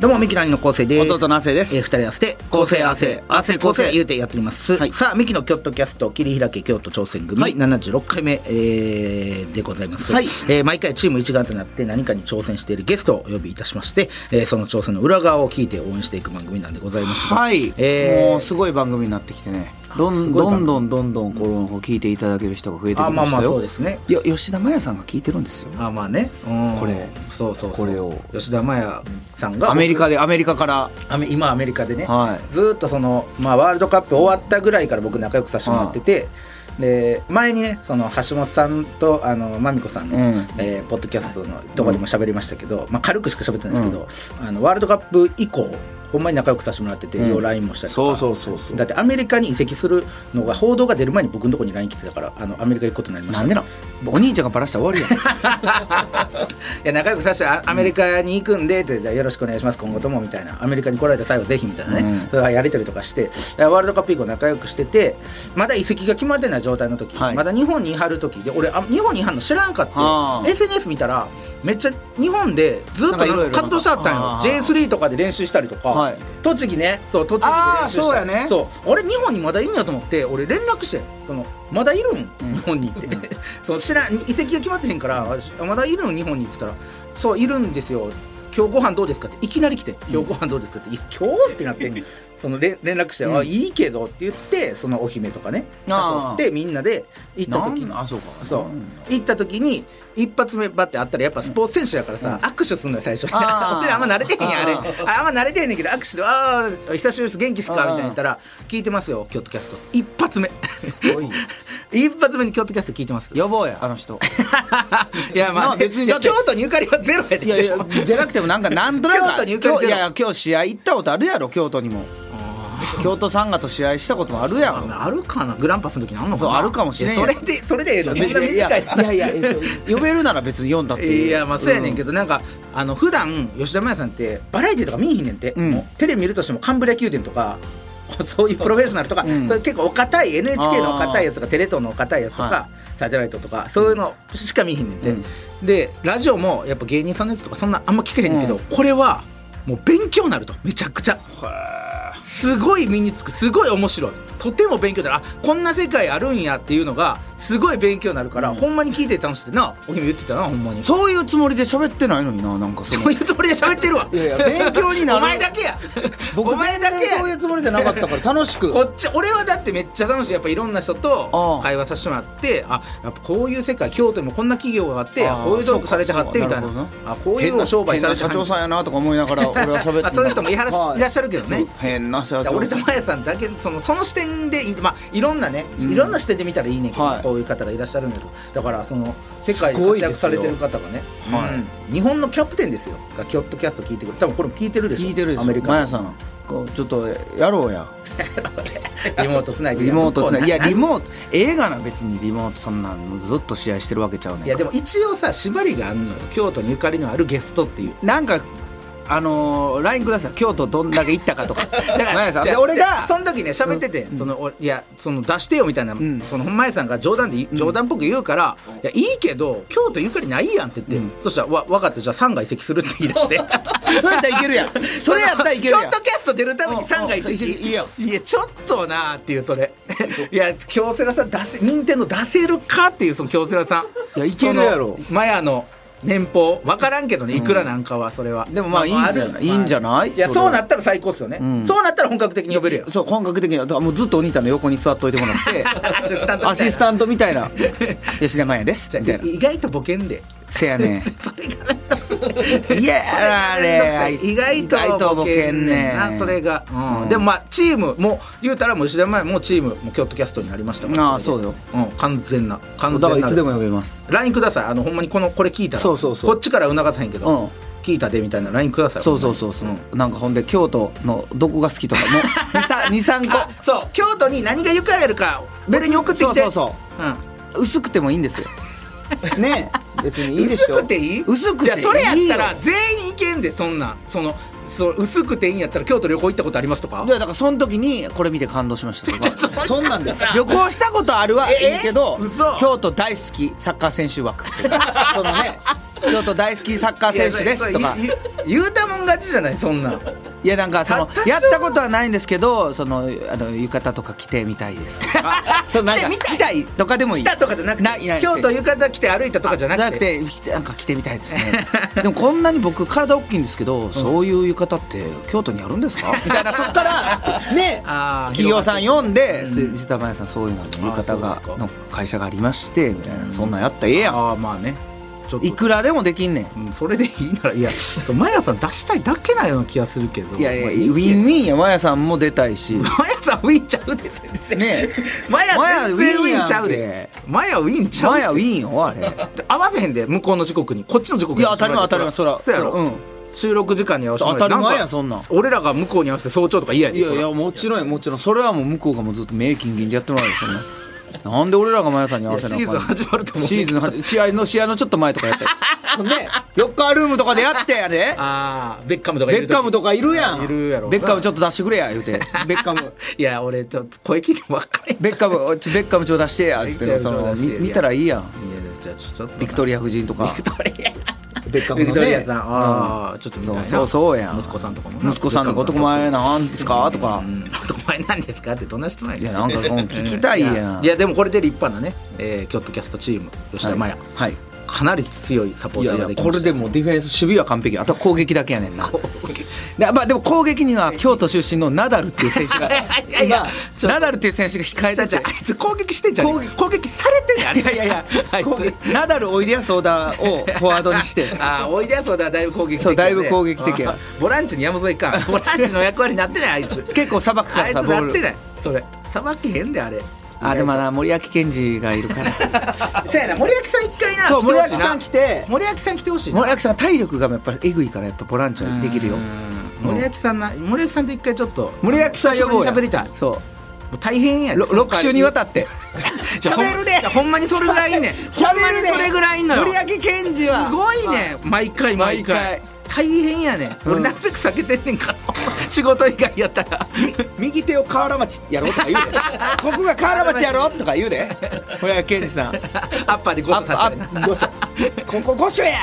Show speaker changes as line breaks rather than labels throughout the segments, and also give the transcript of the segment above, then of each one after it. どうもミキの兄の昴生です
弟の亜生です
えー、二人合わせて構成合わせ合わせ構成言うてやっております、
はい
さあミキのキョットキャスト切り開け京都挑戦組、
はい
76回目、えーでございます、
はい
えー毎回チーム一丸となって何かに挑戦しているゲストをお呼びいたしまして、えーその挑戦の裏側を聞いて応援していく番組なんでございますが
はい、
えー
もうすごい番組になってきてねど
す
ん
ごい
ど
番組
んどんどんどんこの聞いていただける人が増えてきましたよ
あまあまあそうですね
いや吉田麻也さんが聞いてるんですよ
あまあね、うん
これ
そうそうそう
これを
吉田麻也さんが
アメリカでアメリカから
アメ今アメリカでね、
はい
ずーっとその、まあ、ワールドカップ終わったぐらいから僕仲良くさせてもらってて、で前にねその橋本さんとあのまみこさんの、
うん
えーポッドキャストのとこでも喋りましたけど、まあ、軽くしか喋ってないんですけど、あのワールドカップ以降ほんまに仲良くさせてもらってて、
ん
よう LINE もしたりとか
そうそうそうそう
だってアメリカに移籍するのが報道が出る前に僕のとこに LINE 来てたからあのアメリカ行くことになりました
なんでなんお兄ちゃんがバラしたら 終わりや
いや仲良くさせてあアメリカに行くんでって、じゃあよろしくお願いします今後ともみたいなアメリカに来られた際はぜひみたいなね、
うん
それはやり取りとかしてワールドカップ以降仲良くしててまだ移籍が決まってない状態の時、
はい
まだ日本にいはる時で俺あ日本にいはるの知らんか
あ
っ
ー
て SNS 見たらめっちゃ日本でずっと
なんかいろいろ
活動してはったん
あ
よ
ー
J3 とかで練習したりとか、
はい
栃木ねそう栃木で練習したり
あーそうやね
そう俺日本にまだいんやと思って俺連絡してそのまだいるん日本にって そう知らん移籍が決まってへんから私あまだいるん日本にって言ったら「そういるんですよ今日ご飯どうですか?」っていきなり来て「今日ご飯どうですか?」って「いや今日?」ってなってその連連絡して「
うん
あいいけど」って言ってそのお姫とかね誘
あ
っ
ー
てみんなで行った時に
なんあそうか
そう、行った時に一発目バッて会ったらやっぱスポーツ選手だからさ、握手すんのよ最初に
あー
俺らあんま慣れてへんやんあれ
あ
ああんま慣れてへんねんけど握手で「ああ久しぶりです元気っすか?」みたいに言ったら「聞いてますよ京都キャスト」一発目
すごい
一発目に京都キャスト聞いてます
呼ぼうやあの 人
いやま
な
あ
あ別に
いや京都にゆかりはゼロやで
いやいやじゃ なくてもなんかなんとなく
京都にゆかりゼロ
今日いやいや今日試合行ったことあるやろ京都にも京都サンガと試合したこともあるやろ
あるかなグランパスの時にあんのかな
そうあるかもしれん
いや
やん
それでそれでええのそんな短い
いやいや呼べるなら別に読んだって
いやまあそうやねんけど、なんかあの普段吉田麻也さんってバラエティとか見えへんねんて、
うん
もうテレビ見るとしてもカンブリア宮殿とか そういうプロフェッショナルとか、
うん
そういう結構お堅い NHK のお堅いやつとかテレ東のお堅いやつとか、
は
サテライトとかそういうのしか見えへんねんて、
うん
でラジオもやっぱ芸人さんのやつとかそんなあんま聞けへんねんけど、
うん
これはもう勉強になるとめちゃくちゃ。すごい身につくすごい面白いとても勉強になるあこんな世界あるんやっていうのがすごい勉強になるから、ほんまに聞いて楽しいってなおひも言ってたなほんまに
そういうつもりで喋ってないのにななんかそ
そ
の
ういうつもりで喋ってるわ。
いやいや勉強になる
お前だけや。お
僕
前だけ
全然
や
そう。いうつもりじゃなかったから楽しく
こっち俺はだってめっちゃ楽しいやっぱいろんな人と
ああ
会話させてもらってあやっぱこういう世界京都にもこんな企業があって
ああ
こういうトークされてはって
そ
み
う
た
か
い
そうか
な
なるほどな
あこういうの商売されては
変な変な社長さ
ん
んやなとか思いながら俺は 喋って
あそういう人もいはらし
はい
らっしゃるけどね
変な社
だから
長
俺とまやさんだけそのその視点でい,、まあ、いろんなねいろんな視点で見たらいいねんけど、
はい
こういう方がいらっしゃるんだけどだからその世界です
ご
活
いで
躍
すよ
されてる方がね、
はい
うん日本のキャプテンですよがキョットキャスト聞いてくる多分これも聞いてるでしょ
聞いてるで
ア
し
メリ
ょ
カ
マヤ さんこうちょっとやろうや
リモートつないで
リモートつないいやリ
ー
モート映画な別にリモートそんなんずっと試合してるわけちゃうねん
いやでも一応さ縛りがあるのよ京都にゆかりのあるゲストっていう
なんかあのー、LINE ください京都どんだけ行ったかと かだか
だから
さん
い
で
や
俺が
でその時ね喋ってて、そのおいやその出してよみたいな、
ん
その本前さんが冗談で冗談っぽく言うから、いやいいけど京都ゆかりないやんって言って、そしたらわ分かったじゃあサンが移籍するって言い出して
それやったらい けるやんそれやったらいけるやん
京都キャスト出るためにサンが移
うんうん移
籍
籍いいよ
いやちょっとなーっていうそれいや京セラさん出せ任天堂出せるかっていうその京セラさん
いやいけるやろ
そのマヤの年俸分からんけどねいくらなんかはそれは、
でもまあいいんじゃないいいんじゃない
いや
それは
そうなったら最高っすよね、
ん
そうなったら本格的に呼べるよ
そう本格的にだからもうずっとお兄ちゃんの横に座っといてもらっ
アシスタントみたい
て
な
アシスタントみたいな吉田麻也ですみたいな
意外とボケんで
せやねん
それが
いやあれ
意外とボケんねんなそれが、うん
うん
でもまあチームも言うたらもう吉田麻也もチームも京都キャストになりましたから
ああそうよ、
うん、完全な完
だか
全
ら
な
いつでも呼べます
LINE くださいあのほんまにこのこれ聞いたら
そうそうそう
こっちから促さへんけど、
うん
聞いたでみたいな LINE ください
そうそうそうそう、
ん
なんかほんで京都のどこが好きとか も23個
あそう京都に何がゆかれるか俺に送ってきて
そうそうそう
うん
薄くてもいいんで すよねえ別にいいでしょ
薄くていい
薄くていいよ
じゃあそれやったら全員いけんでそんなんそのそう薄くていいんやったら京都旅行行ったことありますとか
いやだからその時にこれ見て感動しま したとかそんなんです
さ
旅行したことあるは
え
いいけど
嘘
京都大好きサッカー選手枠 とかそのね京都大好きサッカー選手ですとか
いやそれいい言うたもん勝ちじゃないそんなん
いやなんかその
た多少
やったことはないんですけどそのあの浴衣とか着てみたいです そうなんか
着てみたい
着たいとかでもい
来
い
たとかじゃなくて
ないない
京都浴衣着て歩いたとかじゃな
じゃ
く
な
て
くてひなんか着てみたいです ねでもこんなに僕体大きいんですけど、そういう浴衣って京都にあるんです かみたいなそっから ね
あー
企業さん読んで
広がってうん
実は真矢さんそういうのの浴衣
あー
が
そうですか
の会社がありましてみたいなそんなんやったらええやん
ああまあねちょっと
いくらでもできんねん
うんそれでいいならいや そうマヤさん出したいだけなような気がするけど
いやいや
ま
ウ
あけど
ィンウィンや真矢さんも出たい し
マヤさんウィンちゃうで全然
ね
マヤ
マヤ
全然ウ
ウィンやん
ィ
け
ンちゃうでマヤウィンちゃう
真
で
矢ウィンよあれい
合わせへんで向こうの時刻にこっちの時刻に
や当たり前当たり前そら
そうやろ
そらうん
収録時間に合わせてもらえ
当たり前や
か
そんなん
俺らが向こうに合わせて早朝とか嫌やで
いやい
そ
や
ら
もちろんよもちろんそれはもう向こうがもうずっと目金銀でやってもらうよそんななんで俺らが真矢さんに合わせなあかん
い
の
やシーズン始まると思う
シーズンは試合の試合のちょっと前とかやってそんでロッカールームとかでやってやで
ああベッカムとかい
ベ
る
ッカムとかいるやん
いるやろ
ベッカムちょっと出してくれや言 うてベッカム
いや俺ちょっと声聞いても分かれへん
ベッカムおいちょベッカムちょう出してやつっ
ベッ
て
カ
そ
ムちょう
の
出して
み
や
見たらいいやん
いやちょちょっと
ビクトリア夫人とかベッカム
ビ
の
ク
ね
トリアさんああちょっと見たいな
そうそうやん
息子さんとかもな
息子さんとか男前なんですかとか
うん男前なんですかってどんな人なん
い
で
や
す
なんかもう聞きたい
い
やん
いやでもこれで立派なねえーキョットキャストチーム吉田麻也
はい
かなり強いサポ
い
ーター
やい
が
や
できま
こ
した
れでもうディフェンス守備は完璧あとは攻撃だけやねんなでまあでも攻撃には京都出身のナダルっていう選手が
いやいやちょ
今ナダルっていう選手が控え
じゃあじ
て
ゃ
て
ああいつ攻撃してんじゃね
攻
え
撃
攻撃されてんねんあれ
いやいやいや
あいつ
攻撃ナダルおいでやソーダをフォワードにして
ああおいでやそうだだいぶ攻撃的やね
そうだいぶ攻撃的や
あボランチに山添 かボランチの役割になってないあいつ
結構さばくか
あ
ら
いつ
さボ
な
ー
ってな
ル
いそれさばけへんであれ
あでもな森脇健児がいるから
そうやな森脇さん一回 な
そう
来てほ
森
しい
脇
な
さん来て
森脇さん来てほしいな
森脇さん体力がやっぱりえぐいからやっぱボランチはできるよ
うん森脇さんな森脇さんと一回ちょっと
森脇さん
久し
呼
ぶり
ぼ
に
うや
喋りたい
そう
もう大変やで
6週にわたって
じゃあほん
喋るで
じゃあほんまにそれぐらいいんね んほんまにそれぐらいいんのよ
森脇健児は
すごいね毎回毎回
毎回
大変やね、
うん
俺なるべく避けてんねんから 仕事以外やったら
右手を河原町やろうとか言うでここが河原町やろうとか言うで森脇健児さん
アッパーで5所差し
あ
たりな
あ五所ここ五所や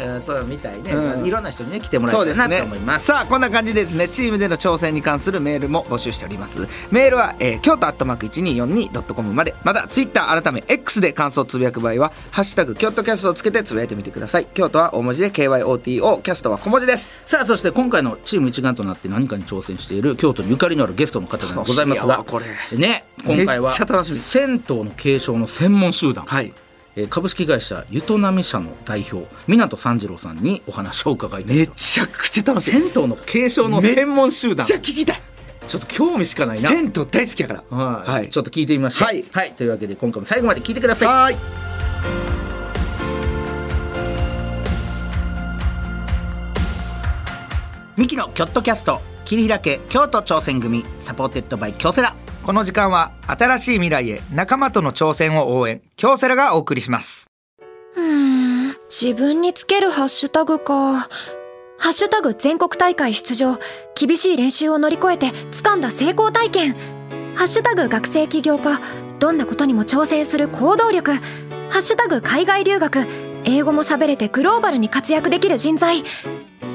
うんそうみたいね、
うん
いろんな人にね来てもらえたらなと思います
さあこんな感じでですねチームでの挑戦に関するメールも募集しておりますメールは、えー、京都アットマーク 1242.com までまたツイッター改め X で感想をつぶやく場合は「ハッシュタグ京都キャスト」をつけてつぶやいてみてください京都は大文字で KYOTO キャストは小文字です
さあそして今回のチーム一丸となって何かに挑戦している京都にゆかりのあるゲストの方がございますが
楽しみやわ
ね
こ
今回は
めっちゃ楽しみ
銭湯の継承の専門集団、
はい
えー株式会社ゆとなみ社の代表湊三次郎さんにお話を伺いたい
め
と
ちゃくちゃ楽しいめっ
銭湯の継承の専門集団
ちゃ
ち
聞きたい
ょっと興味しかないな
銭湯大好きやから
はい、
はい
ちょっと聞いてみましょう。
はい
というわけで今回も最後まで聞いてください。
はい
ミキのキョットキャスト切り開け京都挑戦組サポーテッドバイ京セラ
この時間は新しい未来へ仲間との挑戦を応援京セラがお送りします
うーん自分につけるハッシュタグか。ハッシュタグ全国大会出場。厳しい練習を乗り越えて掴んだ成功体験。ハッシュタグ学生起業家。どんなことにも挑戦する行動力。ハッシュタグ海外留学。英語も喋れてグローバルに活躍できる人材。っ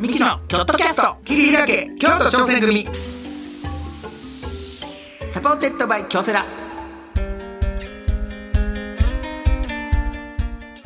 ミキのキョットキャスト
切り開け京都挑戦組
サポーテッドバイ京セラ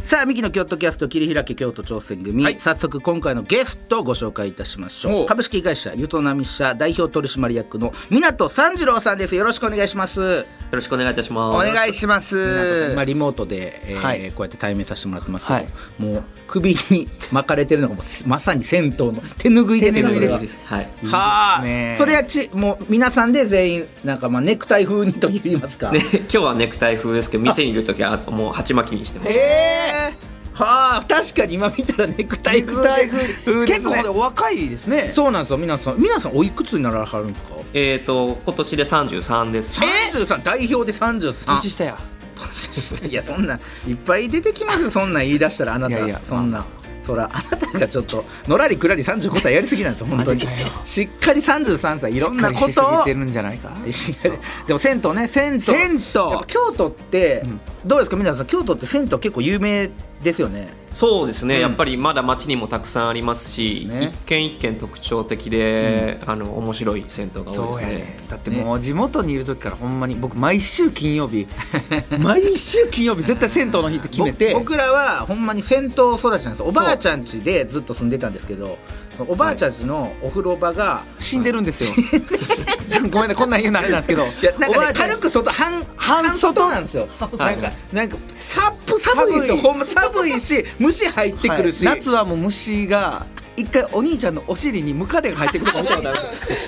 さあミキの京都キャスト切り開け京都挑戦組、
はい
早速今回のゲストをご紹介いたしまし
ほ
ょ
う
う株式会社ゆとなみ社代表取締役の湊三次郎さんですよろしくお願いします
よろしくお願いいたします。
お願いしま
湊さ
す
んまあ、リモートで、えー
はい
こうやって対面させてもらってますけど、
はい
もう首に巻かれてるのがもうまさに銭湯の手ぬぐいですね
手拭い
そ
で
れは
す。はい。
はあ、
いいですね
それはちもう皆さんで全員なんかまあネクタイ風にと言いますか、
で今日はネクタイ風ですけど店にいる時はもう鉢巻きにしてます。
えー、はあ確かに今見たらネクタイ風で
結
結
構
構
これお若いですね
そうなんですよ皆さん皆さんおいくつにならはるんですか
えっ、と今年で三十三です。
33代表で33
年下や
いやそんないっぱい出てきますよそんなん言い出したらあなた
いやいや
そんなそらあなたがちょっとのらりくらり35歳やりすぎなんですよ本当にしっかり33歳いろんなこ
しっかりし
と
すぎてるんじゃないか
をしっかりでも銭湯ね銭湯
銭湯
やっぱ京都って、どうですか皆さん京都って銭湯結構有名ですよね
そうですね、
うん
やっぱりまだ街にもたくさんありますし、
そうですね
一軒一軒特徴的で、あの面白い銭湯が多い
そうや
ですね
ねだってもう地元にいる時からほんまに僕毎週金曜 日毎週金曜日絶対銭湯の日って決めて
ぼ僕らはほんまに銭湯育ちなんですよおばあちゃん家でずっと住んでたんですけどそのおばあちゃん家のお風呂場が、
死んでるんですよごめんねこんなん言うのあれなんですけど
いやなん
おば
か
あ
ね
ちゃん
軽く外半半外なんですよ。なんかなんかサップ寒いですよ。
寒い
ほんま寒いし虫入ってくるし。
はい夏はもう虫が一回お兄ちゃんのお尻にムカデが入ってくるの見たことある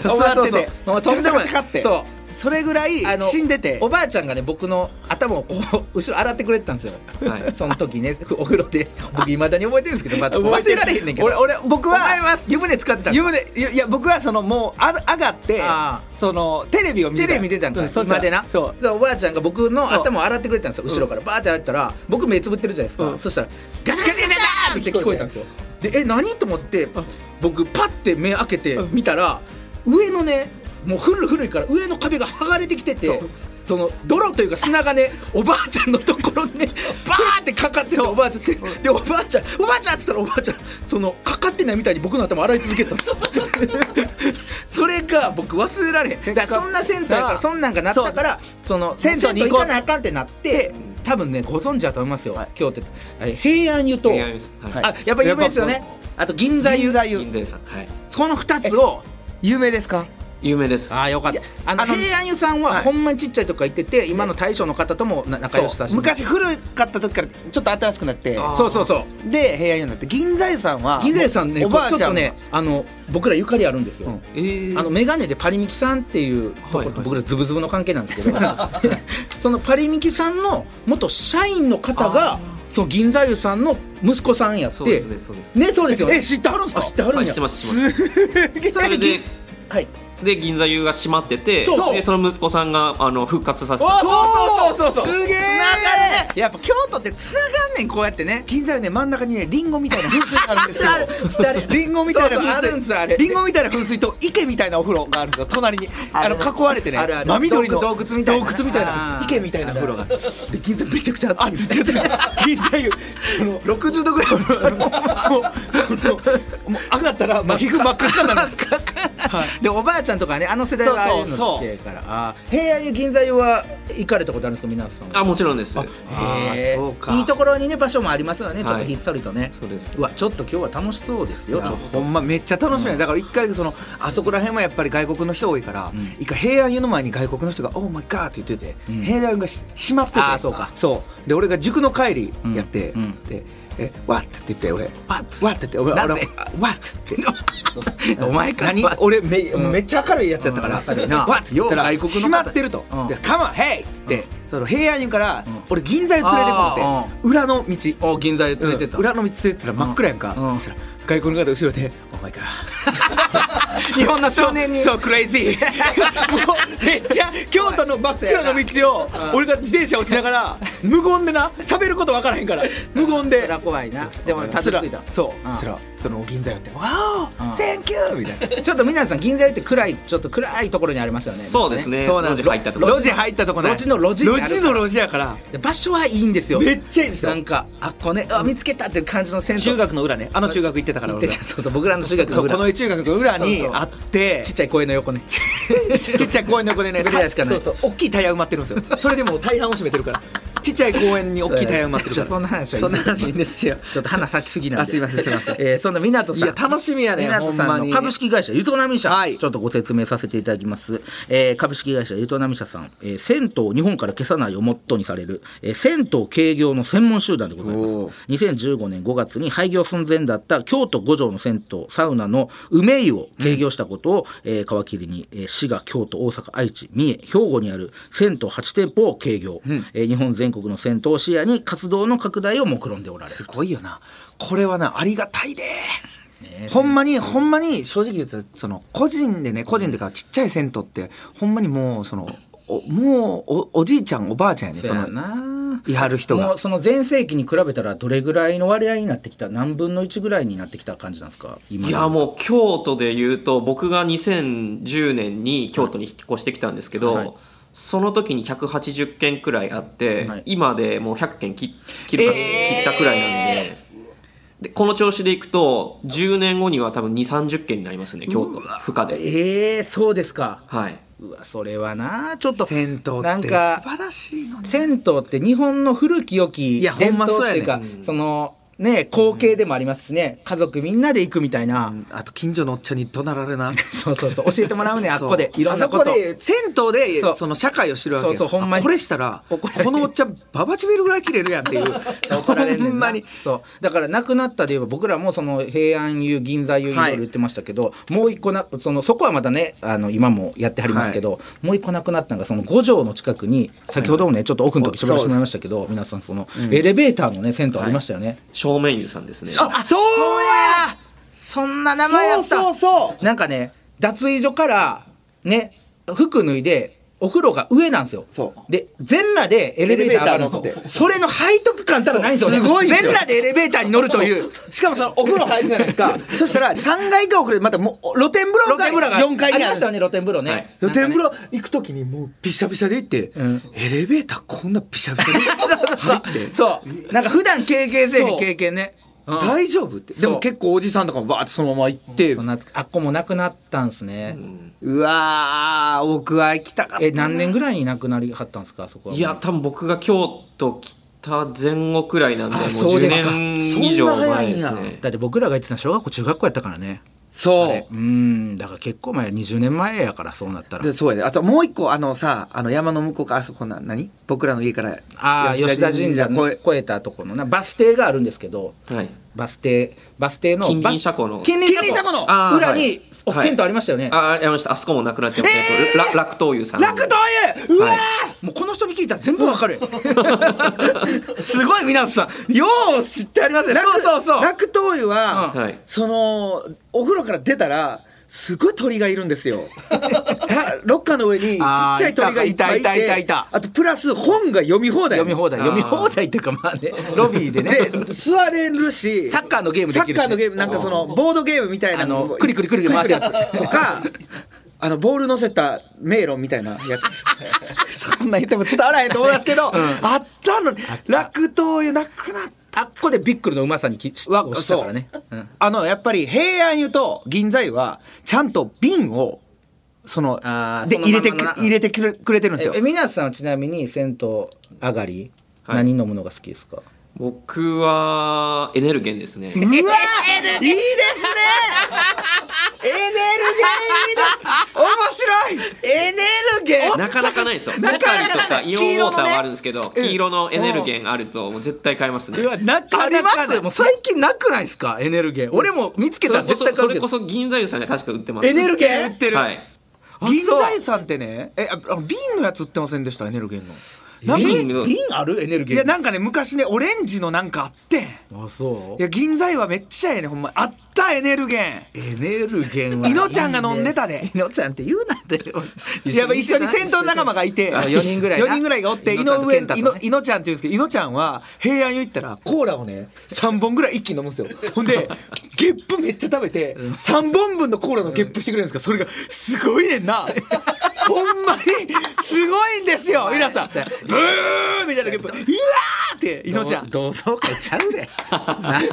そうそう
座ってて
そう
それでもかかって
そう
それぐらい
あの
死んでて
おばあちゃんがね僕の頭をこう後 ろ洗ってくれてたんですよ。
はい
その時ね お風呂で僕未だに覚えてるんですけどまた忘れられへんねんけど。
俺俺僕
お前
は
は湯船使ってたんか
湯船いやいや僕はそのもうあ上がって
あー
そのテレビを見て
テレビ出たんか
そう
今でな
そう
おばあちゃんが僕の
そう
頭を洗ってくれたんですよ後ろからバーって洗ったら僕目つぶってるじゃないですか、
うん
そしたらガチャガチャガチャって聞こえたんですよでえ何と思って僕パッて目開けて見たら上のねもう古い古いから上の壁が剥がれてきててその泥というか砂がねおばあちゃんのところにねバーってかかってておばあちゃんでおばあちゃんおばあちゃんっつったらおばあちゃんそのかかってないみたいに僕の頭洗い続けてたん ですよそれが僕忘れられへんだからそんな銭湯やからそんなんがなったからその
銭
銭
湯
湯
に
に
行
行
こう
かなあかんってなって多分ねご存知だと思いますよ、今日ってあれ平安湯と、
お願いしますはい
あやっぱ有名ですよ
や
ねあと銀座湯
銀座湯
銀座屋さん、はい、
この2つを
有名ですか
有名です。
ああよかったあの
あの
平安湯さん
は
はいほんまにちっちゃいとか行ってて今の大将の方ともな仲良し
そ
だ
う
し
昔古かった時からちょっと新しくなって
あー
そうそうそう
で平安湯になって銀座湯さんは
銀座湯さんね
おばあ
ちょっ
ちゃ
と
ん
ねあの僕らゆかりあるんですよ、
うん
えー
あのメガネでパリミキさんっていうとこ
はい
ろ
は
と
い
僕らズブズブの関係なんですけど そのパリミキさんの元社員の方がその銀座湯さんの息子さんやっ
そうで
て
すねそうです。
ねそうですよね
え知ってはるんです
あ
か
知ってはる
は
ん
い、知
や
ってます知ってます。
それで
で
銀はい
で銀座湯が閉まってて
そうそう
でその息子さんがあの復活させて
そうそうそうそう
すげえ
つながるねやっぱ京都ってつながんねんこうやってね
銀座湯ね真ん中にねリンゴみたいな噴水があるんですよ
ある下に
リンゴみたいな
そうそうあるん
噴
ですあ
水
れ
リンゴみたいな噴水と池みたいなお風呂があるんですよ隣にあの囲われてね
あるある
真緑の
洞窟洞窟みたいな
洞窟みたいな
あー
池みたいなお風呂が
で銀座めちゃくちゃ
あ
暑い
ずっとやってた銀座湯その
60度ぐらい
もうもう上がったらもう皮膚真っ赤っかに なる
でおばあちゃんとかねあの世代はああいうの
そうそうそう
好きやからあー平安湯銀座湯は行かれたことあるんですか皆さんは
あもちろんです。
あ
へー
そうか
いいところにね場所もありますよね
はい
ちょっとひっそりとね、
そうです
うわちょっと今日は楽しそうです
い
よ
や
ちょっと
ほんまめっちゃ楽しみやだから一回そのあそこら辺はやっぱり外国の人多いから
ん
一回平安湯の前に外国の人が「オーマイガー」って言ってて
うん
平安湯がし閉まってて
あーそうか
そうで俺が塾の帰りやって
うんうん
でえ「わっ」って言って俺「わっ」わっって言って俺
なぜ
俺「わっ」っ て言っ て
お前か
何
わっ
俺め
ん
めっちゃ明るいやつやったから
うん明るい
「
な
わっ」って言ったら
よう外国の方
閉まってると
うん
で「カモンヘイ!」って言ってその平安湯から
ん
俺銀座湯連れてこう
あ
って裏の道
お銀座へ連れてった、
うん裏の道連れてったら真っ暗やんか、
うんうん
そしたら外国の方後ろで「お前か
日本の少年に
そうクレイジー もうめっちゃ京都の真っ暗な道を俺が自転車落ちながら無言でな喋ること分からへんから無言で
そら怖いなでも
うん
たどり着いた
そう
うん
そしたらその銀座寄って「わ
う
お
ん
センキュー!」みたいな
ちょっと皆さん銀座へって暗いちょっと暗いところにありますよね
そうですね。
そうなん
路
です
地入ったところ
路地入ったとこね
路地の路地にある
路地の路地やから
で場所はいいんですよ
めっちゃいいですよ
なんかあこねあ見つけたっていう感じの銭湯
中学の裏ねあの中学行ってたから
行って
俺
たそうそう僕らの中学の
そうこ
裏
の中学の裏に
そうそう
あっ て
ちっちゃい公園の横ね
ちっちゃい公園の横でね、
滑り台しかない
そうそう大きいタイヤ埋まってるんですよ。それでもう大半を占めてるから。ちっちゃい公園に大きいタイヤ埋まってるから
ちょそんな話はいい
そんな話いいんですよ
ちょっと花咲きすぎなんで
あすいませんすいません
えーそんな湊
い
さん
や楽しみやね
湊さ
ほん
ん
ま
の
に
株式会社ゆとなみ社、
はい
ちょっとご説明させていただきます、えー株式会社ゆとなみ社さん、えー銭湯を日本から消さないをモットーにされる、えー銭湯営業の専門集団でございます
おー
2015年5月に廃業寸前だった京都五条の銭湯サウナの梅湯を営業したことを、えー皮切りに、えー滋賀京都大阪愛知三重兵庫にある銭湯8店舗を営業、えー日本全国の銭湯を視野に活動の拡大を目論んでおられる
すごいよなこれはなありがたいで、ほんまにほんまに正直言うとその個人でね個人でかちっちゃい銭湯ってほんまにもうそのおもうおおじいちゃんおばあちゃんやね
そ
そ
う
の
やな
やる人
も
が
うその全盛期に比べたらどれぐらいの割合になってきた何分の1ぐらいになってきた感じなんですか今
いやもう京都で言うと僕が2010年に京都に引っ越してきたんですけど、
はい
その時に180件くらいあって、
はい
今でもう100件切切るか
えー
切ったくらいなんででこの調子でいくと10年後には多分2 3 0件になりますね京都負荷で、
ええそうですか
はい、
うわそれはなちょっと
銭湯って素
なんか
晴らしいのに
銭湯って日本の古き良き
いやほん
伝
まそう
統っ
や
て
ね
いうかそのね光景でもありますしね家族みんなで行くみたいな、
あと近所のおっちゃんに怒鳴られ な
そうそうそう教えてもらうねあっ
そう
こでいろんなこと
あそこで銭湯で
そう
その社会を知るわけよ
そうそうほんまに
あこれしたらこ
怒られる
のおっちゃんババチビルぐらい切れるやん っていう
怒られんねんな
ほんまに
そうだから亡くなったで言えば僕らもその平安湯銀座湯いろいろ言ってましたけど、もう一個なそのそこはまたねあの今もやってはりますけど、もう一個なくなったのがその五条の近くに先ほどもねちょっと奥の時喋らせてもらいましたけど皆さんそのエレベーターのね銭湯ありましたよね、
正面湯さんですね
あそうや
そんな名前やった
そうそうそ
なんかね脱衣所からね服脱いでお風呂が上なんですよ
そう
で全裸でエレベーター上がるん
エレベー
で
ター乗っ
すよそれの背徳感たらないんですよね
そうすごいんです
全
よ
裸でエレベーターに乗るという
しかもそのお風呂入るじゃないですかそしたら3階か遅れてまたもう露天風
露
呂が
天風呂が
4階に
あり
あ
ま
る
したよね露天風呂ね、
はい
露天風呂行く時にもうびしゃびしゃで行って、
ん
エレベーターこんなびしゃびしゃで入 って
そうなんか普段経験せえへ
そ
ん
う
経験ね、うん
大丈夫ってで
そ
も
う
結構おじさんとかもバーってそのまま行って
そんなあっこもなくなったんですね、
うわー僕は行きたかった
え何年ぐらいになくなりはったんですかそこはい
や多分僕が京都来た前後くらいなんでもう
あそう
10
ですか
年以上前です
そんな早いん
ね
だって僕らが言ってたの小学校中学校やったからね
そう
うんだから結構前20年前やからそうなったら
でそうやねあともう一個あのさあの山の向こうかあそこな何僕らの家から
ああ吉田神社
の
越え越えたところのなバス停があるんですけど
はい
バス停バス停の
近
ば
隣車庫の
近隣
近
車庫
隣車庫
のあー
裏にお
はい
銭湯ありましたよね、
あありましたあそこもなくなってますね、えー、楽東湯さんの
楽東湯うわー、
はい
もうこの人に聞いたら全部わか るすごい皆さんよう知ってありますねそうそうそう
楽東湯は、
うんはい
そのお風呂から出たらすごい鳥がいるんで すよたロッカーの上にちっち
あー
ゃい鳥がいっぱい
い
いて
たいたいたいた
あとプラス本が読み放題
読み放題
あー
読み放題っていうかまあねロビーでね
で座れるし
サッカーのゲームできるしね
サッカーのゲームなんかそのボードゲームみたいな
あのクリクリクリクリ回すやつ
とかあのボール乗せた迷路みたいなやつ そんなん言っても伝わらへんと思いますけど、あったの楽東湯なくなっ
あっこでビックルのうまさにき知
わ
ったからね
そう
うん
あのやっぱり平安湯と銀座湯はちゃんと瓶をその
あー
で
そのままの
入れてく
な
入れてくれくれてるんですよ
ええ皆さんはちなみに銭湯上がり、
はい
何飲むのが好きですか
僕はエネルゲンですね
うわいいですねエネルギーいいです面白いエネルゲ
なかなかないですよ
な
ボ
かなか
カリと
な
か
い
イオンウォーターはあるんですけど
黄色
黄色
の
の
ね
エネルゲンあるともう絶対買いますね
な
ありますもう最近なくないですかエネルゲー俺も見つけ
そ
た
れ
ら
こ
絶対買
そそう
けど
れこそ銀座湯さんが確か売ってます
エネルゲン売ってる
はい
銀座湯さんってねえああの瓶のやつ売ってませんでしたエネルゲンのなんか
瓶
瓶瓶あるエネル
い
ゲー
やなんかね昔ねオレンジのなんかあってんい
あそう
や銀座湯はめっちゃええねほんまあったエネルゲン
エネルゲンはい
のちゃんが飲んでたで
いのちゃんって言うなって
やっぱ一緒に戦闘仲間がいて
あ4人ぐらいな
4人ぐらいがおって井
いのちゃんと
上
健太とね
いのいのちゃんっていうんですけどいのちゃんは平安湯行ったらコーラをね3本ぐらい一気に飲むんですよ ほんでゲップめっちゃ食べて3本分のコーラのゲップしてくれるんですかそれがすご いねんなほんまにすごいんですよ皆さんブーみたいたいなゲップうわーっていのちゃん
同窓会ちゃう で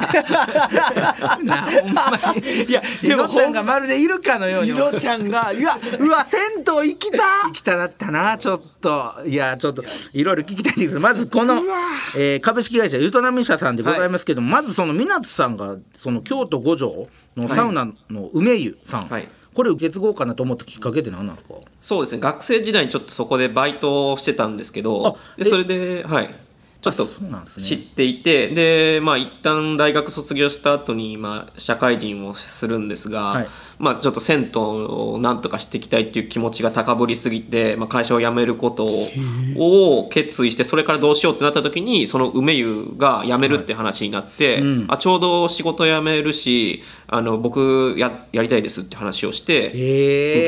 なあなあほんまに
いやで
で
も
もちゃんがまるでいるかのように
いのちゃんがいやうわ銭湯行きた
行きただったなちょっといやちょっといろいろ聞きたいんですけどまずこの、えー株式会社ゆとなみ社さんでございますけども、まずその湊さんがその京都五条のサウナの梅湯さん、
はい
これ受け継ごうかなと思ったきっかけって何なんですか
そうですね学生時代にちょっとそこでバイトをしてたんですけど
あえ
でそれではいちょっ
あ
と
そうなんですね
知っていてでまあ一旦大学卒業した後にまあ社会人をするんですが、
はい
まあちょっと銭湯をなんとかしていきたいっていう気持ちが高ぶりすぎて、まあ、会社を辞めることをを決意してそれからどうしようってなった時にその梅湯が辞めるって話になって、
うん
あちょうど仕事辞めるしあの僕ややりたいですって話をして受け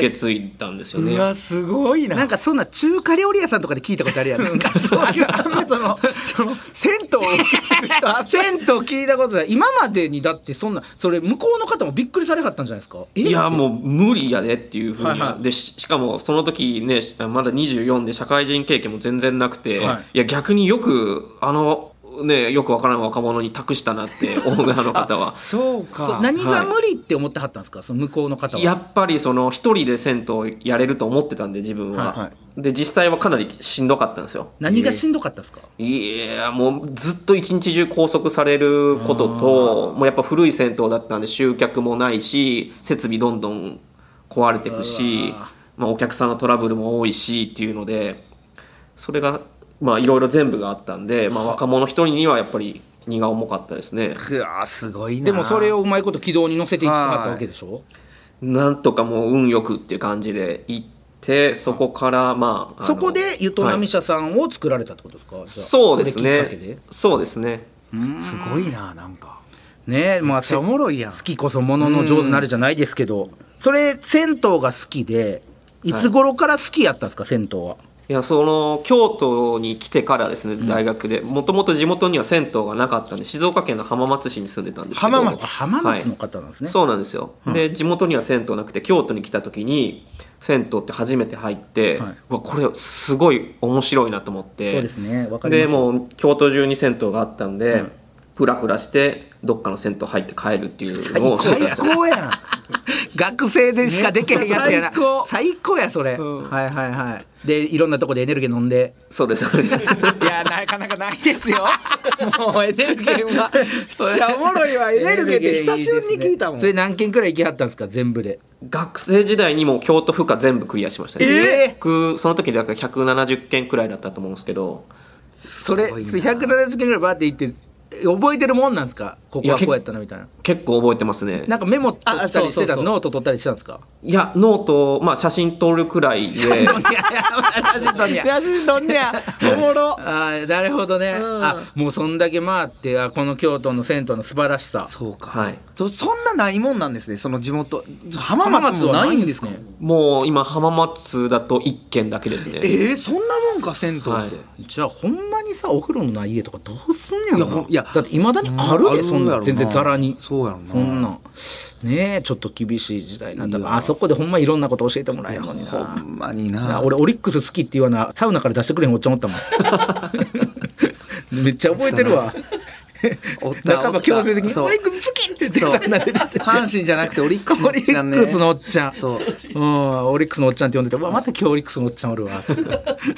え
継いだんですよね。
うわすごいな
なんかそんな中華料理屋さんとかで聞いたことあるやんなんかそう
あじゃああんまそのその銭湯を受け継ぐ人 あ
銭湯聞いたことない今までにだってそんなそれ向こうの方もびっくりされはったんじゃないですかえ
いやもう無理やでっていうふうに、
はいはい
でししかもその時ねしまだ24で社会人経験も全然なくて、
はい
い、や逆によくあのねよくわからん若者に託した なってオーナーの方は
そうか
そう何が無理って思ってはったんですか、その向こうの方は
やっぱりその一人で銭湯やれると思ってたんで自分は、
はいは
で実際はかなりしんどかったんですよ
何がしんどかったですか、
いやもうずっと一日中拘束されることともうやっぱ古い銭湯だったんで集客もないし設備どんどん壊れていくし
うわ、
まあ、お客さんのトラブルも多いしっていうのでそれがまあいろいろ全部があったんで、まあ、若者一人にはやっぱり荷が重かったですね
うわすごいな
でもそれをうまいこと軌道に乗せていったかったわけでしょ
なんとかもう運よくっていう感じで行ってそこからまああの
そこでゆとなみ
はい
社さんを作られたってことですか、じゃあ
そうです
それきっかけで
ねそうですね
すごいななんか
ねえまあ
めっちゃおもろいやん
好きこそものの上手なるじゃないですけどそれ銭湯が好きでいつ頃から好きやったんですか、銭湯はい
やその京都に来てからですね大学でもともと地元には銭湯がなかったんで静岡県の浜松市に住んでたんですけど
浜松
浜松の
は
方なんです
い
ね、
そうなんですよ、で地元には銭湯なくて京都に来た時に銭湯って初めて入って、
はいう
わこれすごい面白いなと思って
そうですねわかり
で
ます
もう京都中に銭湯があったんで、ふらふらしてどっかの銭湯入って帰るっていうのをしてたんで
最
すよ
高やん
学生でしかできへんやつやな
めっちゃ最高
最高やそれ、
うん
はいはいはいでいろんなとこでエネルギー飲んで
そうですそうです
いやなかなかないで すよもうエネルギーはめっちゃおもろいわエネルギーって久しぶりに聞いたもん
それ何件くらい行きはったんですか全部で
学生時代にもう京都府下全部クリアしましたね、
えー
僕その時だから170件くらいだったと思うんですけど
それ170件ぐらいバーって行ってえ覚えてるもんなんですかここはこうやったなみたいな
結構覚えてますね
なんかメモ取っ
あ
た
そう
りし
そう
てた
そう
ノート取ったりしたんです か
いやノート、まあ、写真撮るく らいで
いやいや写真撮んねや
写真撮んねや おもろ
あーなるほどね、
うん
あもうそんだけ回ってあこの京都の銭湯の素晴らしさ
そうか、
はい
そそんなないもんなんですねその地元浜
浜
松
松
も
は
な
ないい
ん
ん
で
ですす
か
か
もう今浜松だと1軒だけですね
えー、そんなもんか銭湯って、
はい
じゃあほんまにさお風呂のない家とかどうすんねやろ
いや
な
ほんいや
だっていまだにあるで、
う
そん
や
な
ろ
全然ざらに
そうやろな
そんなんねえちょっと厳しい時代なんだか
いや
らあそこでほんまいろんなこと教えてもらえるのに
ほ
なん
まに
な
な
俺オリックス好きって言わなサウナから出してくれへんおっちゃんお ったもんめっちゃ覚えてるわ
おった
半ば強制的
おっ
に「
たそう
オリックス好き!」って言って
そう
サウナ出て て
阪神じゃなくてオリックスの
オ
おっ
リ
ちゃんね
ックスのおっちゃん
そう
うん、オリックスのおっちゃんって呼んでてうわまた今日オリックスのおっちゃんおる わ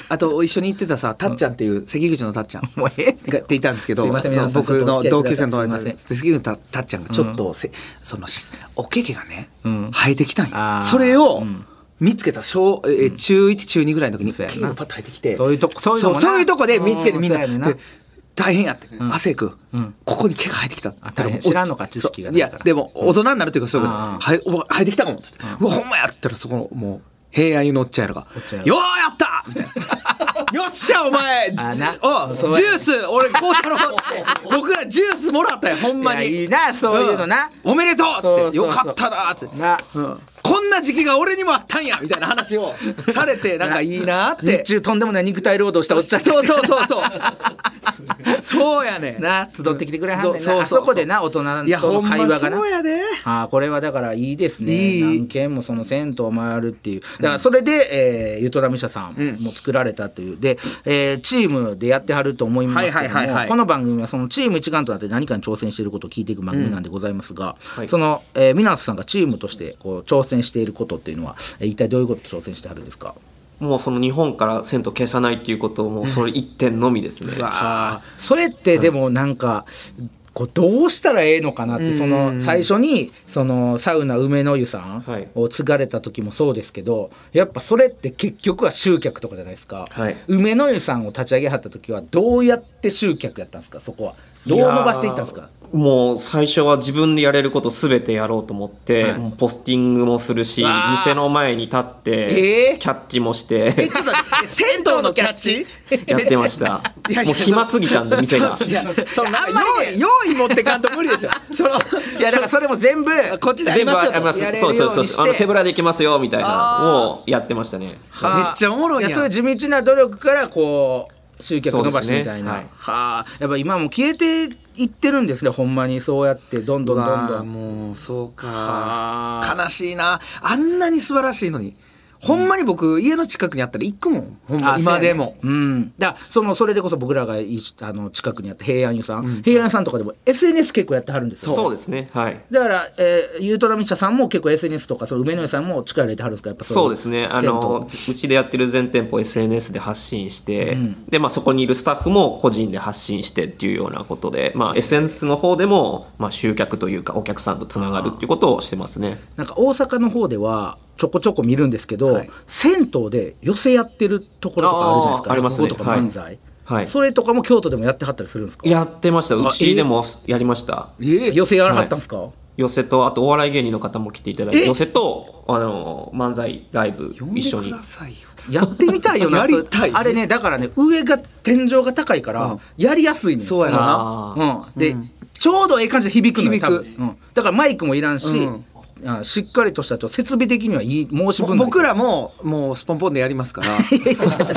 あと一緒に行ってたさたっちゃんっていう関口のたっちゃん
もうええって
がっていたんですけど
すいません
そう
皆さん
僕の同級生の友達
ちょ
で
っとお付き合いください
関口のたたっちゃんがちょっとせ、そのしおけけがね、
うん
生えてきたん
あー
よそれを、
うん
見つけた小えー中1中2ぐらいの時にキ
そうやな
ューパッと入ってきて
そういうとこそういうのもな
そうそういうとこで見つけてみんな
うんそうやねんな
で大変やって「亜生君
うん
ここに毛が生えてきた」
あ大変知らんのか知識が
そうい
ない
や
から
でも大人になるというかそういうこと
ああ
はいお生えてきたかもっつって「うわほんまや」っつったらそこのもう平安湯のおっちゃんやろが
っちゃん
「
や
ようやった!」みたい な「よっしゃお前
あな
お
そうや
ジュース俺こうたろう」 って僕らジュースもらったよほんまに
いやいいなそういうのな、
うんおめでとうっつ
そ
っ
う
て「
そうそう
よかったな」っつって
な
うんこんな時期が俺にもあったんやみたいな話をされてなんかいいなっ
日
て
中とんでもない肉体労働したおっちゃん
そうそうそうそうそうやねん
な集ってきてくれはんねんな
そうそう
あ
そう
そこでな大人
いや
と
ほ
の
んま
会話がな
そうやで
ああこれはだからいいですね
いい
何軒もその銭湯を回るっていうだからそれで、えー、ゆとだみしゃさん
うん
も作られたという、で、えーチームでやってはると思いますけども、
はいはいはいはい
この番組はそのチーム一丸となって何かに挑戦していることを聞いていく番組なんでございますが、
はい
その、えー、皆さんがチームとしてこう挑戦していることっていうのは、えー一体どういうこと挑戦してはるんですか
もうその日本から銭湯消さないっていうことをもうそれ一点のみですね。
あーそれってでもなんか、こうどうしたらええのかなって、その最初にそのサウナ梅の湯さん
はい
を継がれた時もそうですけど、やっぱそれって結局は集客とかじゃないですか、
はい
梅の湯さんを立ち上げはった時はどうやって集客やったんですかそこはどう伸ばしていったんですか
もう最初は自分でやれることすべてやろうと思って、
はい
もうポスティングもするし
わー
店の前に立って、
えー
キャッチもして
えちょっと待って 銭湯のキャッチ
やってました
いやいや
もう暇すぎたんで 店が
いや
その名前
用意用意持ってかんと無理 でしょその
いやだからそれも全部
こっちで
全部あります
やれるよ
そうう
に
そうそう
して
あの手ぶらで行けますよみたいなをやってましたね
めっちゃおもろいやん
やそういう地道な努力からこう集客伸ばしみ
そう
た
で
い
す
な、
ねは
はいあやっぱ今もう消えていってるんですねほんまにそうやってどんどんどんど
わあ
ん
もうそうか
はあ
悲しいなあんなに素晴らしいのにほんまに僕家の近くにあったら行くもんほんま
あ
今でも
そうやねうんだからそのそれでこそ僕らがいあの近くにあった平安湯さん、平安さんとかでも SNS 結構やってはるんですよ
そうですねはい
だから、えー、ゆうとらみしゃさんも結構 SNS とかその梅の湯さんも力入れてはるんですかやっぱ
そうですねあの
銭
うちでやってる全店舗 SNS で発信して、
うん
でまあ、そこにいるスタッフも個人で発信してっていうようなことで、まあ、SNS の方でも、まあ、集客というかお客さんとつながるっていうことをしてますね
湯なんか大阪の方ではちょこちょこ見るんですけど、
はい
銭湯で寄せやってるところとかあるじゃないですか
あーありますね
落語とか漫才、
はい
それとかも京都でもやってはったりするんですか
やってましたう
あえ
ちでもやりました
え
寄せやらはったんですか、
寄せとあとお笑い芸人の方も来ていただいて
え
寄せとあの漫才ライブ
呼んで
一緒
く
に
ださいよ
やってみたいよな
やりたい
あれねだからね上が天井が高いから、
うん
やりやすいねん
そうや
な
そのうん、で、ちょうどええ感じで響くのよ
響
多
く
分、うん、だからマイクもいらんし、
うん
あしっかりとしたと設備的にはいい申し
ぼ
分ない
僕らももうスポンポンでやりますから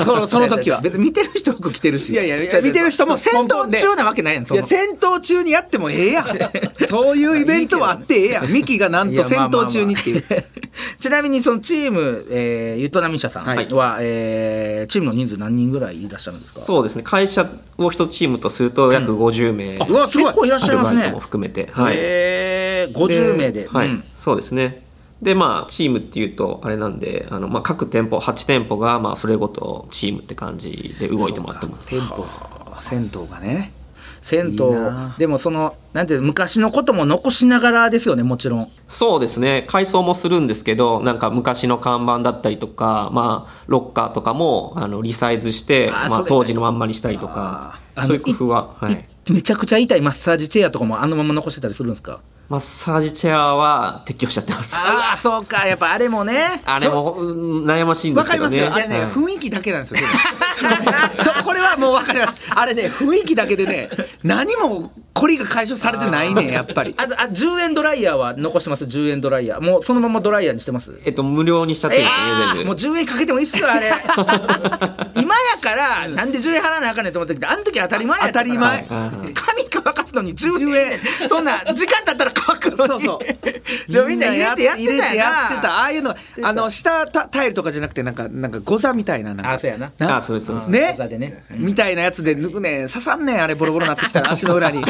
そ
そ
のそ
のそ
の
の
時
時
は
は
別に見てる人服着てるし
いやいやいや
じゃあ見てる人も戦闘中なわけないやんそ
い
んな
や戦闘中にやってもえ えやんそういうイベントはあってええやんミキがなんと戦闘中にってい
や
う
まあ まあまあちなみにそのチーム、えー、ゆとなみしゃさんは、
はい
えーチームの人数何人ぐらいいらっしゃるんですか
そうですね会社を一チームとすると約50名、
あうわすごい結構いらっしゃいますね
アルバイトも含めてはい、
えー、50名で、
はい
うん
そうですねでまあチームっていうとあれなんであの、まあ、各店舗8店舗がまあそれごとチームって感じで動いてもらってます
店舗銭湯がね
銭湯
いいな
でもそのなんていうの昔のことも残しながらですよねもちろん
そうですね改装もするんですけどなんか昔の看板だったりとか、まあ、ロッカーとかもあのリサイズして
あー
ま
そ
あ、
れ
当時のまんまにしたりとか
あー
そういう工夫は、はい、
めちゃくちゃ痛いマッサージチェアとかもあのまま残してたりするんですか
マッサージチェアは撤去しちゃってますあ
ああそうかやっぱあれもね
れもうん悩ましいんで
わ
す
か
け
りま
ど
す
ね
よあれね、
はい
雰囲気だけなんですよでも そうこれはもうわかりますあれね雰囲気だけでね何もこりが解消されてないねんやっぱり
あとあ10円ドライヤーは残してます10円ドライヤーもうそのままドライヤーにしてます
えっと無料にしちゃってるんですよね、
えー
全
も
部
う10円かけてもいいっすよあ れ今やからなんで10円払わなあかんねんと思ったけどあの時当たり前やったから
当たり前
はい
髪乾かすのに10円そんな時間経ったら乾くのに
そうそ う
でもみんな入れてやってたよな
入れやってたああいうのあの下タタイルとかじゃなくてなんかなんかゴザみたいななんか
あそうやな
な
あそうですそうです
ね
でね
みたいなやつで抜くねん刺さんねんあれボロボロなって きたら足の裏にも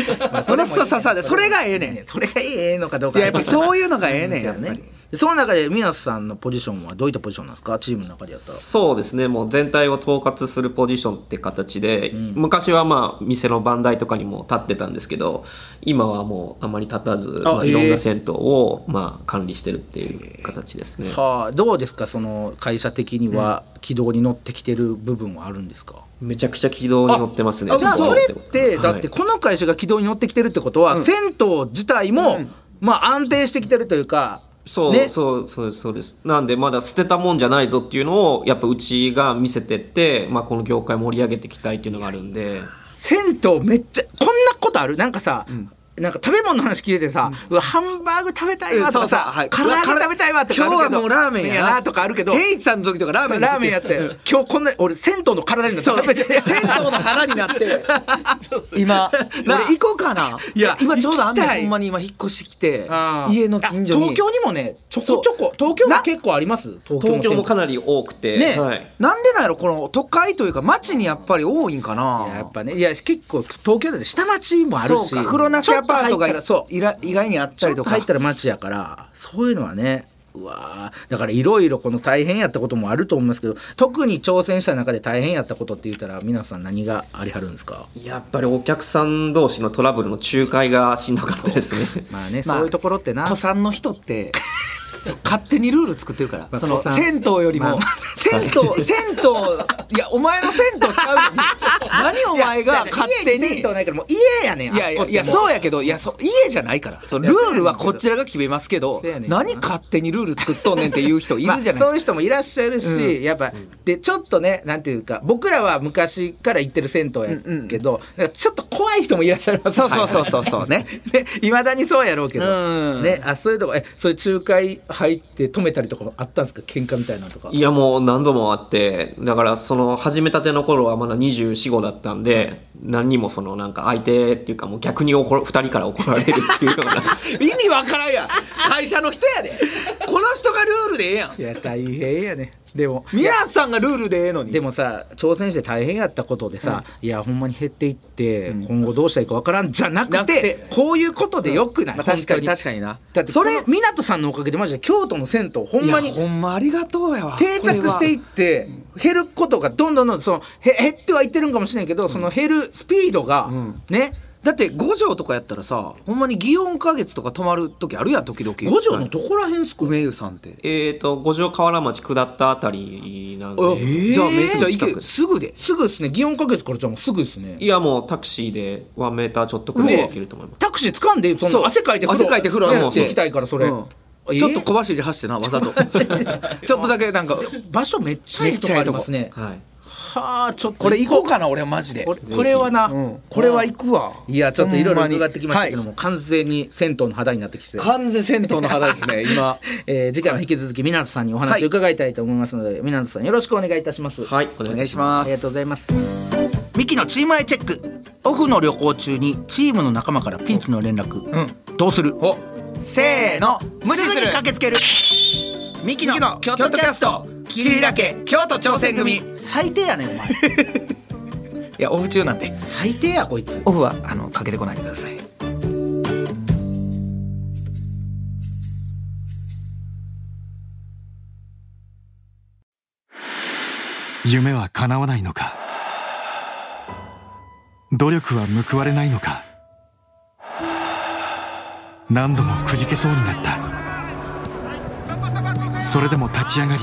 のすごい刺さんでそれがええねん
それがええのかどう
い
か
ややっぱそういうのがええ
う
ねんやっぱ
ね
り
でその中で宮津さんのポジションはどういったポジションなんですかチームの中でやったら
そうですねもう全体を統括するポジションって形で、昔はまあ店の番台とかにも立ってたんですけど今はもうあまり立たず
あ
まあ、いろ
え
ん
え
な銭湯をまあ管理してるっていう形ですね、
はあどうですかその会社的には軌道に乗ってきてる部分はあるんですか、
めちゃくちゃ軌道に乗ってますね
あじゃあ
こ
そ
は
れって、だって
はい
この会社が軌道に乗ってきてるってことは、銭湯自体も、まあ安定してきてるというか
そう、
ね
そうそうですそうですなんでまだ捨てたもんじゃないぞっていうのをやっぱうちが見せてって、まあ、この業界盛り上げていきたいっていうのがあるんで
銭湯めっちゃこんなことあるなんかさ、なんか食べ物の話聞いててさ、うわハンバーグ食べたいわとかさ、
はい
唐揚げ食べたいわとかあるけど
今日はもうラーメンや
やなとかあるけど
天一さんの時とかラーメンの時
ラーメンやって 今日こんな俺銭湯の体になって食べて
銭湯 の腹になって今俺行こうかない
いや
今ちょうど雨
行きたい
ほんまに今引っ越してきて
あー
家の近所
あ
に
東京にもねちょこちょこ東京も結構あります東京
東京もか
な
なり多くて、
ね、
はい、
なんでなんやろこの都会というか町にやっぱり多いんかな
やっぱねいや結構東京だって下町もあるし
そうか黒なしアパートが
ちょっと入ったらそう
いら意外にあっ
ち
た
ょ
り
っと
とか
入ったら町やからそういうのはねうわーだからいろいろこの大変やったこともあると思いますけど特に挑戦した中で大変やったことって言ったら皆さん何がありはるんですか
やっぱりお客さん同士のトラブルの仲介がしんどかったですね。
まあね、
まあ
そういうところってな
子さんの人って そう勝手にルール作ってるから、
まあ
その
古参
銭湯よりも、
まあまあ
銭 湯銭湯いやお前の銭湯ちゃうのに何お前が勝手
家
に
銭湯ないからもう家やねん
いやいやいや
う
そうやけどいやそう家じゃないからそのルールはこちらが決めますけど
そうやねんけど
何勝手にルール作っとんねんっていう人いるじゃないで
ま
す
あ
か
そういう人もいらっしゃるし、
う
やっぱでちょっとねなんていうか僕らは昔から行ってる銭湯やけど、なんかちょっと怖い人もいらっしゃる
そうそうそうそうそ うね
いまだにそうやろうけど、
うん
ねあそういうとこえそういう仲介入って止めたりとかもあったんですか喧嘩みたいなのとか
いやもう何度もあってだからその始めたての頃はまだ245だったんで何にもそのなんか相手っていうかもう逆に怒る2人から怒られるっていうよう な
意味わからんやん会社の人やでこの人がルールでええやん
いや大変やねでも
宮津さんがルールでええのに
でもさ挑戦して大変やったことでさ、いやほんまに減っていって、今後どうしたらいいかわからんじゃなくて
なくて
こういうことでよくない、
まあ確かに
本当
確かにな
だって
そ
そ
れ
れ湊さんのおかげでマジで京都の銭湯ほんま
い
に
やほんまありがとうやわ
定着していっ
こ
て減ることがどんどんどんどんそのへ減ってはいってるんかもしれんけど、その減るスピードが、
ん
ね
れはだって五条とかやったらさほんまに祇園花月とか泊まる時あるやん時々
五条のどこらへんすか、
梅湯さんって
えっと五条河原町下ったあたりなんで、
あじゃあめっちゃ行
近
け
く
すぐです
ぐですね祇園か月からじゃあもうすぐですね
いやもうタクシーで1メーターちょっとくらいで行けると思います
タクシー掴んでそ
そう
の汗かいて
汗かいて風呂
や
入っ
ってて行きたいからそれ、
うん
えー
ちょっと小走りで走ってなわざと ちょっとだけなんか
場所めっちゃいいとこありますね
はい
はあちょっと
これ行こうかな俺マジで
これこれはな、
うんこれは行くわ
いやちょっといろい
ほ
ろ
んまに
伺ってきましたけども、完全に銭湯の肌になってきて
完全銭湯の肌ですね今
えー次回も引き続き湊さんにお話を伺いたいと思いますので、湊さんよろしくお願いいたします。
はいお願いします
ありがとうございます。ミキのチームアイチェック。オフの旅行中にチームの仲間からピンチの連絡。
うん
どうする？
せーの無理
す
す
ぐに
る
駆けつける。ミキの
ミキの
京都キャスト。
桐平家京都挑戦組い
最低やねんお前。
やオフ中なんで
最低やこいつ。
オフはあのかけてこないでください
夢は叶わないのか努力は報われないのか何度もくじけそうになったそれでも立ち上がり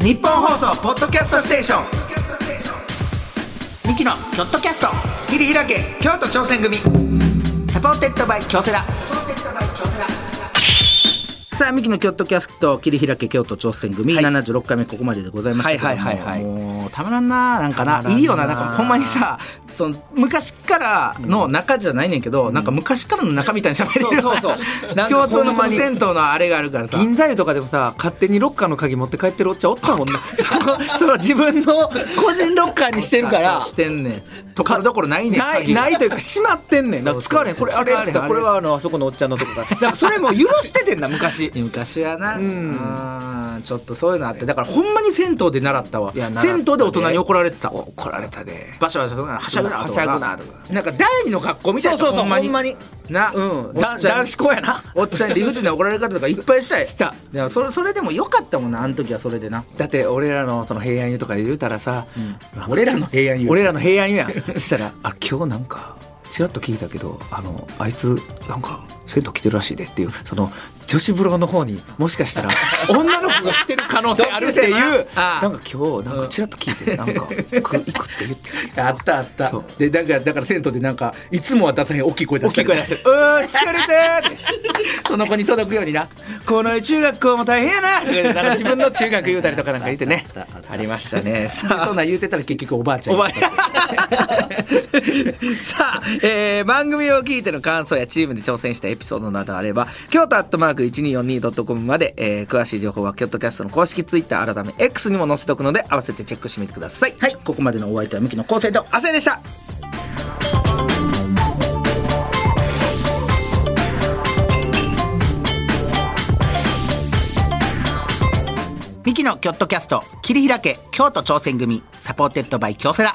日本放送ポッドキャストステーション。ミキの京都キャスト。切り開け京都挑戦組。サポーテッドバイ京セラ。さあ、ミキの京都キャスト、切り開け京都挑戦組、76回目ここまででございましたけども、
はいはいはいはい
もうたまらんな、なんか
たまらん
な、
ない
いよな、なんかほんまにさ、その昔からの中じゃないねんけど、なんか昔からの中みたいに喋れる よな
そうそうそうなんか
京
ほ
都
ん
の
まに
銭湯のあれがあるからさ。
銀座湯とかでもさ勝手にロッカーの鍵持って帰ってるおっちゃんおったもん なそのその自分の個人ロッカーにしてるか
そう
ら
してんねん。ところどころないねん。
ない
鍵
ないというかしまってんねんなんか使われんこれあれっつったらこれはあのあそこのおっちゃんのとこからだからそれも許しててんな昔
昔はな、
うん
うんちょっとそういうのあってだからほんまに銭湯で習ったわ
いや習ったね
銭湯で大人に怒られてた
怒られたで
バシャバシャはしゃぐな
は
は
し
し
ゃ
ゃ
ぐ
ぐ
な
な
とか
なんか第二の学校みたい
そう
な
そうそうほんまに
な
うん
お
だ
っちゃ
男子校やな
おっちゃんに理不尽な怒られ方とかいっぱいしたい
した
でもそれそれでもよかったもんなあの時はそれでな
だって俺らのその平安湯とか言うたらさ、
俺らの平安言う
俺らの平安湯やんそしたら「あ今日なんかちらっと聞いたけどあのあいつなんか銭湯来てるらしいでっていうその女子風呂の方にもし かしたら女の子が来てる可能性あるっていう
あ
なんか今日なんかちらっと聞い てなんか行く行くって言ってたけど
あったあった
そう
でなんかだから銭湯でなんかいつもは出さへん大きい声出
大
し
き
た
い声出してる「うーん疲れて!」
その子に届くようにな
この中学校も大変やな」とか言ってなんか自分の中学言うたりとかなんか言ってね
あったあった
ありましたね
で
さあ
そんなん言うてたら結局おばあちゃん
お前 さあ、えー番組を聞いての感想やチームで挑戦したエピソードなどあれば京都アットマーク 1242.com まで、えー詳しい情報は京都キャストの公式ツイッター改め X にも載せておくので合わせてチェックしてみてください
はいここまでのお相手はミキの昴生と
亜生でした
ミキのキョットキャスト切り開け京都挑戦組サポーテッドバイ京セラ